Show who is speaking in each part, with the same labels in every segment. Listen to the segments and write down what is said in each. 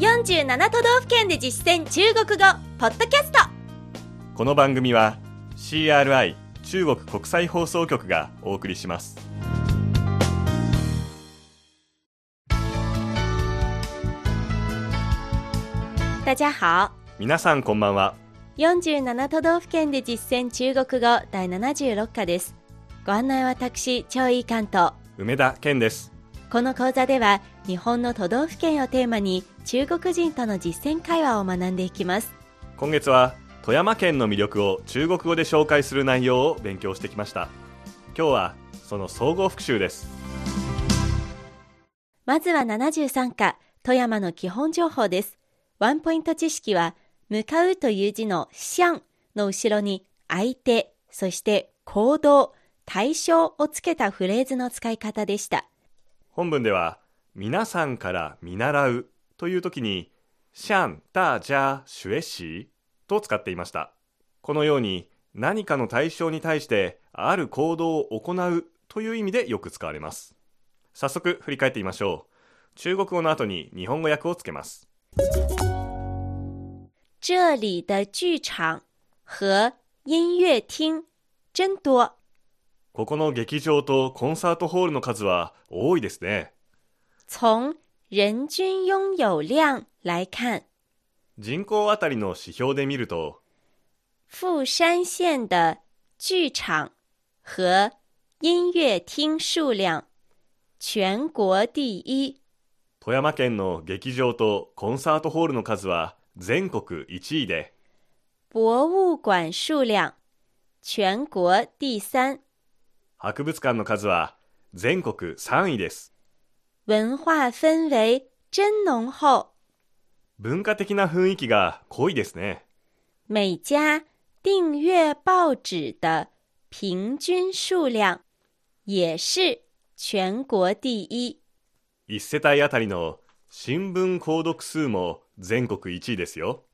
Speaker 1: 47都道府県で実践中国語ポッドキャスト
Speaker 2: この番組は CRI 中国国際放送局がお送りします
Speaker 1: 大家好
Speaker 2: 皆さんこんばんは
Speaker 1: 47都道府県で実践中国語第76課ですご案内は私超いい関東
Speaker 2: 梅田健です
Speaker 1: この講座では日本の都道府県をテーマに中国人との実践会話を学んでいきます
Speaker 2: 今月は富山県の魅力を中国語で紹介する内容を勉強してきました今日はその総合復習です
Speaker 1: まずは73課富山の基本情報ですワンポイント知識は向かうという字のシャンの後ろに相手そして行動対象をつけたフレーズの使い方でした
Speaker 2: 本文では皆さんから見習うという時にシャン、タジャ、シュエシーと使っていましたこのように何かの対象に対してある行動を行うという意味でよく使われます早速振り返ってみましょう中国語の後に日本語訳をつけます
Speaker 1: 这里的剧场和音乐厅真多。
Speaker 2: ここの劇場とコンサートホールの数は多いですね
Speaker 1: 从人均拥有量来看，
Speaker 2: 人口あたりの指標で見ると
Speaker 1: 富山县的剧场和音乐厅数量全国第一。
Speaker 2: 富山県の劇場とコンサートホールの数は全国1位で
Speaker 1: 博物馆数量全国第三，
Speaker 2: 博物館の数は全国3位です
Speaker 1: 文化氛围真浓厚。
Speaker 2: 文化的な雰囲気が濃いですね
Speaker 1: 每家订阅报纸的平均数量也是全国第一。
Speaker 2: 1世帯あたりの新聞購読数も全国1位ですよ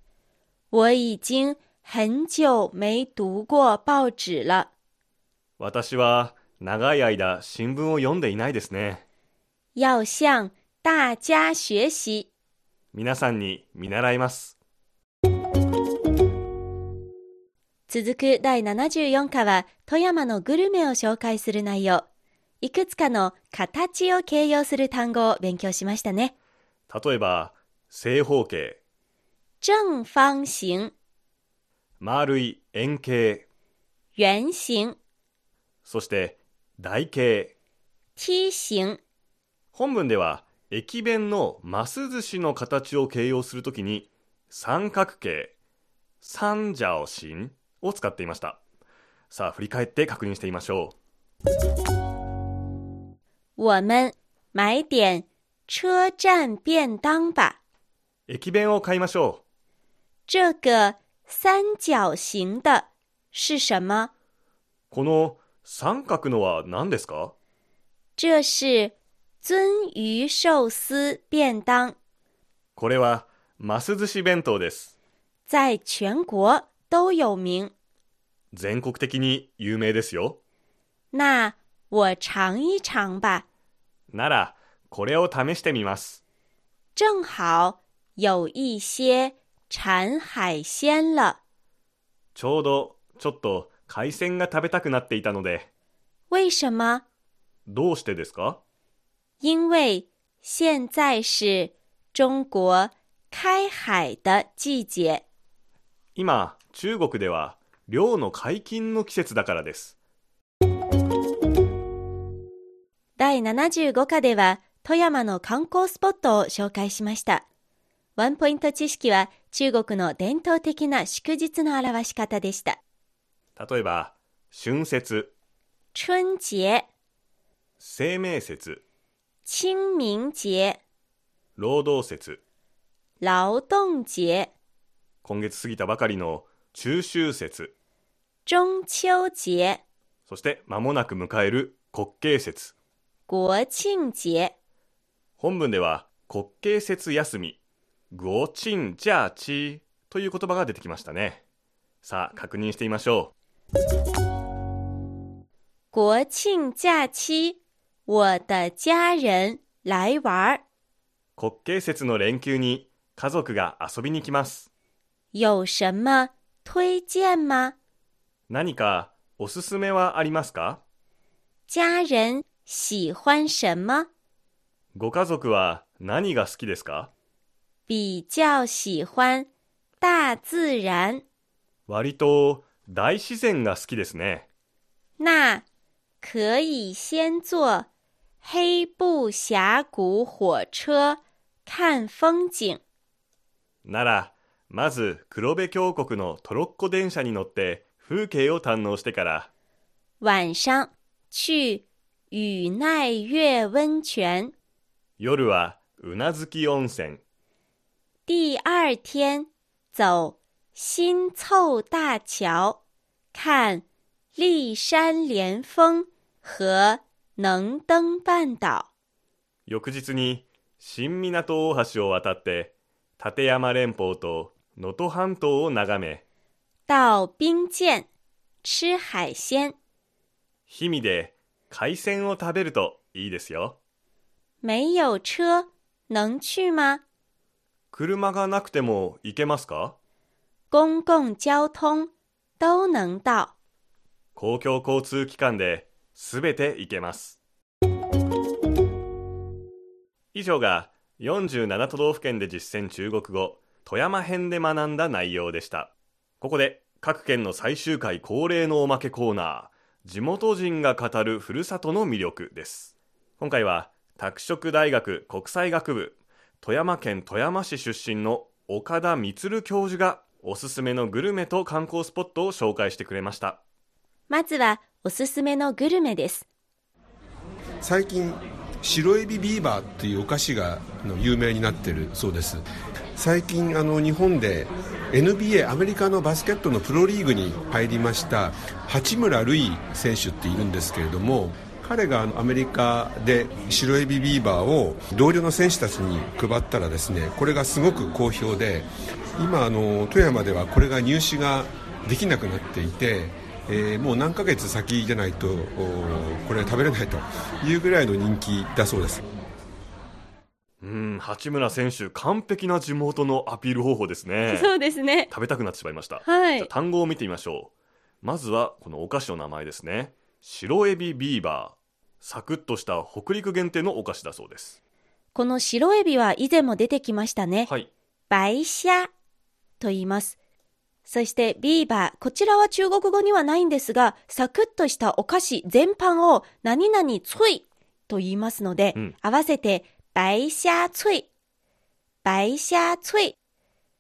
Speaker 1: 我已经很久没读过报纸了，
Speaker 2: 私は長い間新聞を読んでいないですね
Speaker 1: 要向大家学习。
Speaker 2: 皆さんに見習います
Speaker 1: 続く第74課は富山のグルメを紹介する内容。いくつかの形を形容する単語を勉強しましたね。
Speaker 2: 例えば正方形
Speaker 1: 正方形、
Speaker 2: 丸い円形
Speaker 1: 圆形、
Speaker 2: そして台形
Speaker 1: T 形。
Speaker 2: 本文では駅弁のます寿司の形を形容するときに三角形三角形を使っていましたさあ振り返って確認してみましょ
Speaker 1: 我们买点车站便当吧。
Speaker 2: う駅弁を買いましょ
Speaker 1: 这个三角形的是什么？
Speaker 2: うこの三角のは何ですか
Speaker 1: 这是鳟鱼寿司便当，
Speaker 2: これはます寿司弁当です
Speaker 1: 在全国都有名。
Speaker 2: 全国的に有名ですよ
Speaker 1: 那我尝一尝吧，
Speaker 2: ならこれを試してみます
Speaker 1: 正好有一些馋海鲜了。
Speaker 2: ちょうどちょっと海鮮が食べたくなっていたので
Speaker 1: 为什么？
Speaker 2: どうしてですか
Speaker 1: 因为现在是中国开海的季节。
Speaker 2: 今中国では漁の解禁の季節だからです
Speaker 1: 第75課では富山の観光スポットを紹介しました。ワンポイント知識は中国の伝統的な祝日の表し方でした。
Speaker 2: 例えば春節
Speaker 1: 春節、
Speaker 2: 清明節
Speaker 1: 清明節、
Speaker 2: 労働節
Speaker 1: 劳動節、
Speaker 2: 今月過ぎたばかりの中秋節
Speaker 1: 中秋節、
Speaker 2: そして間もなく迎える国慶節
Speaker 1: 国庆節、
Speaker 2: 本文では国慶節休み五鎮假期という言葉が出てきましたねさあ確認してみましょ
Speaker 1: 国庆假期、我的家人来玩儿。
Speaker 2: う国慶節の連休に家族が遊びに来ます。
Speaker 1: 有什么推荐吗？
Speaker 2: 何かおすすめはありますか
Speaker 1: 家人喜欢什么？
Speaker 2: ご家族は何が好きですか
Speaker 1: 比较喜欢大自然。
Speaker 2: 割と大自然が好きですね。
Speaker 1: 那可以先坐黑布峡谷火车看风景。
Speaker 2: なら、まず黒部峡谷のトロッコ電車に乗って風景を堪能してから、
Speaker 1: 晚上去雨奈月温泉。
Speaker 2: 夜はうなずき温泉、
Speaker 1: 第二天走新凑大桥，看立山连峰和能登半岛。
Speaker 2: 翌日に新港大橋を渡って、立山連峰と能登半島を眺め、
Speaker 1: 到冰见，吃海鲜。
Speaker 2: 氷見で海鮮を食べるといいですよ。
Speaker 1: 没有车能去吗？
Speaker 2: 車がなくても行けますか
Speaker 1: 公共交通都能到。
Speaker 2: 公共交通機関で全て行けます以上が47都道府県で実践中国語富山編で学んだ内容でしたここで各県の最終回恒例のおまけコーナー地元人が語るふるさとの魅力です今回は拓殖大学国際学部富山県富山市出身の岡田充教授がおすすめのグルメと観光スポットを紹介してくれました
Speaker 1: まずはおすすめのグルメです。
Speaker 3: 最近白エビビーバーっていうお菓子があの有名になってるそうです最近あの日本で NBA アメリカのバスケットのプロリーグに入りました八村塁選手っているんですけれども彼があのアメリカで白エビビーバーを同僚の選手たちに配ったらですねこれがすごく好評で今あの富山ではこれが入手ができなくなっていて、えーもう何ヶ月先じゃないとおこれは食べれないというぐらいの人気だそうです
Speaker 2: うん、八村選手、完璧な地元のアピール方法ですね。
Speaker 1: そうですね。
Speaker 2: 食べたくなってしまいました。
Speaker 1: はい
Speaker 2: じゃあ単語を見てみましょう。まずは、このお菓子の名前ですね。白エビビーバー。サクッとした北陸限定のお菓子だそうです。
Speaker 1: この白エビは以前も出てきましたね。
Speaker 2: はい。
Speaker 1: 白虾と言います。そしてビーバー、こちらは中国語にはないんですが、サクッとしたお菓子全般を何々ついと言いますので、
Speaker 2: うん
Speaker 1: 合わせて白虾つい、白虾つい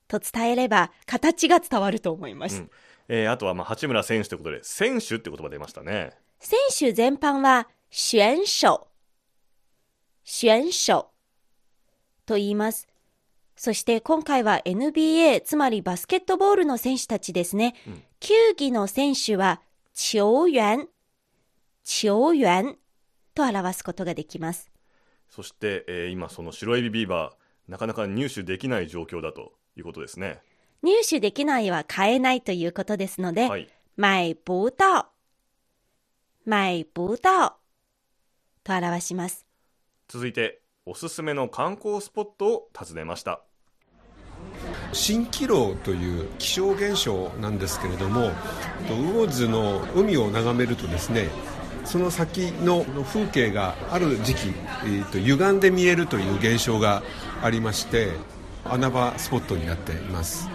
Speaker 1: と伝えれば形が伝わると思います。
Speaker 2: うんえーあとは、まあ、八村選手ということで、選手って言葉出ましたね。
Speaker 1: 選手全般は選手、選手と言います。そして今回は NBA、つまりバスケットボールの選手たちですね。
Speaker 2: うん
Speaker 1: 球技の選手は球員、球員と表すことができます。
Speaker 2: そして、えー今、その白エビビーバー、なかなか入手できない状況だということですね。
Speaker 1: 入手できないは買えないということですので、
Speaker 2: はい。
Speaker 1: 買不到、買不到と表します。
Speaker 2: 続いて、おすすめの観光スポットを訪ねました。
Speaker 3: 蜃気楼という気象現象なんですけれどもと魚津の海を眺めるとですねその先の風景がある時期、えーと歪んで見えるという現象がありまして穴場スポットになっています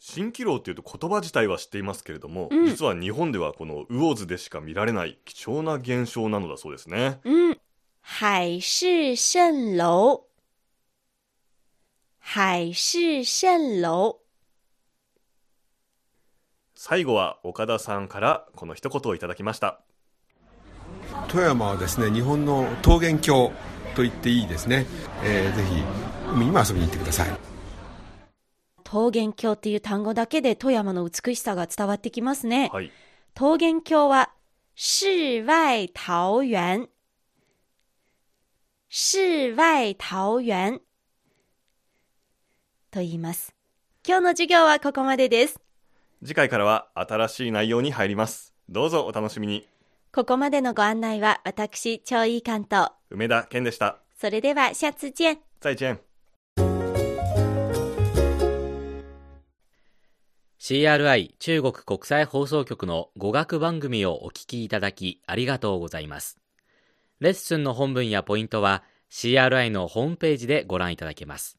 Speaker 2: 蜃気楼っていうと言葉自体は知っていますけれども、
Speaker 1: うん
Speaker 2: 実は日本ではこの魚津でしか見られない貴重な現象なのだそうですね
Speaker 1: 嗯，海市蜃楼，海市蜃楼。
Speaker 2: 最後は岡田さんからこの一言をいただきました
Speaker 3: 富山はですね日本の桃源郷と言っていいですね、えーぜひ海にも遊びに行ってください
Speaker 1: 桃源郷っていう単語だけで富山の美しさが伝わってきますね。
Speaker 2: はい
Speaker 1: 桃源郷は、世外桃源。世外桃源。と言います。今日の授業はここまでです。
Speaker 2: 次回からは新しい内容に入りますどうぞお楽しみに
Speaker 1: ここまでのご案内は私、超いい関東。
Speaker 2: 梅田健でした
Speaker 1: それでは、下次见。
Speaker 2: 再见
Speaker 4: CRI 中国国際放送局の語学番組をお聞きいただきありがとうございます。レッスンの本文やポイントは CRI のホームページでご覧いただけます。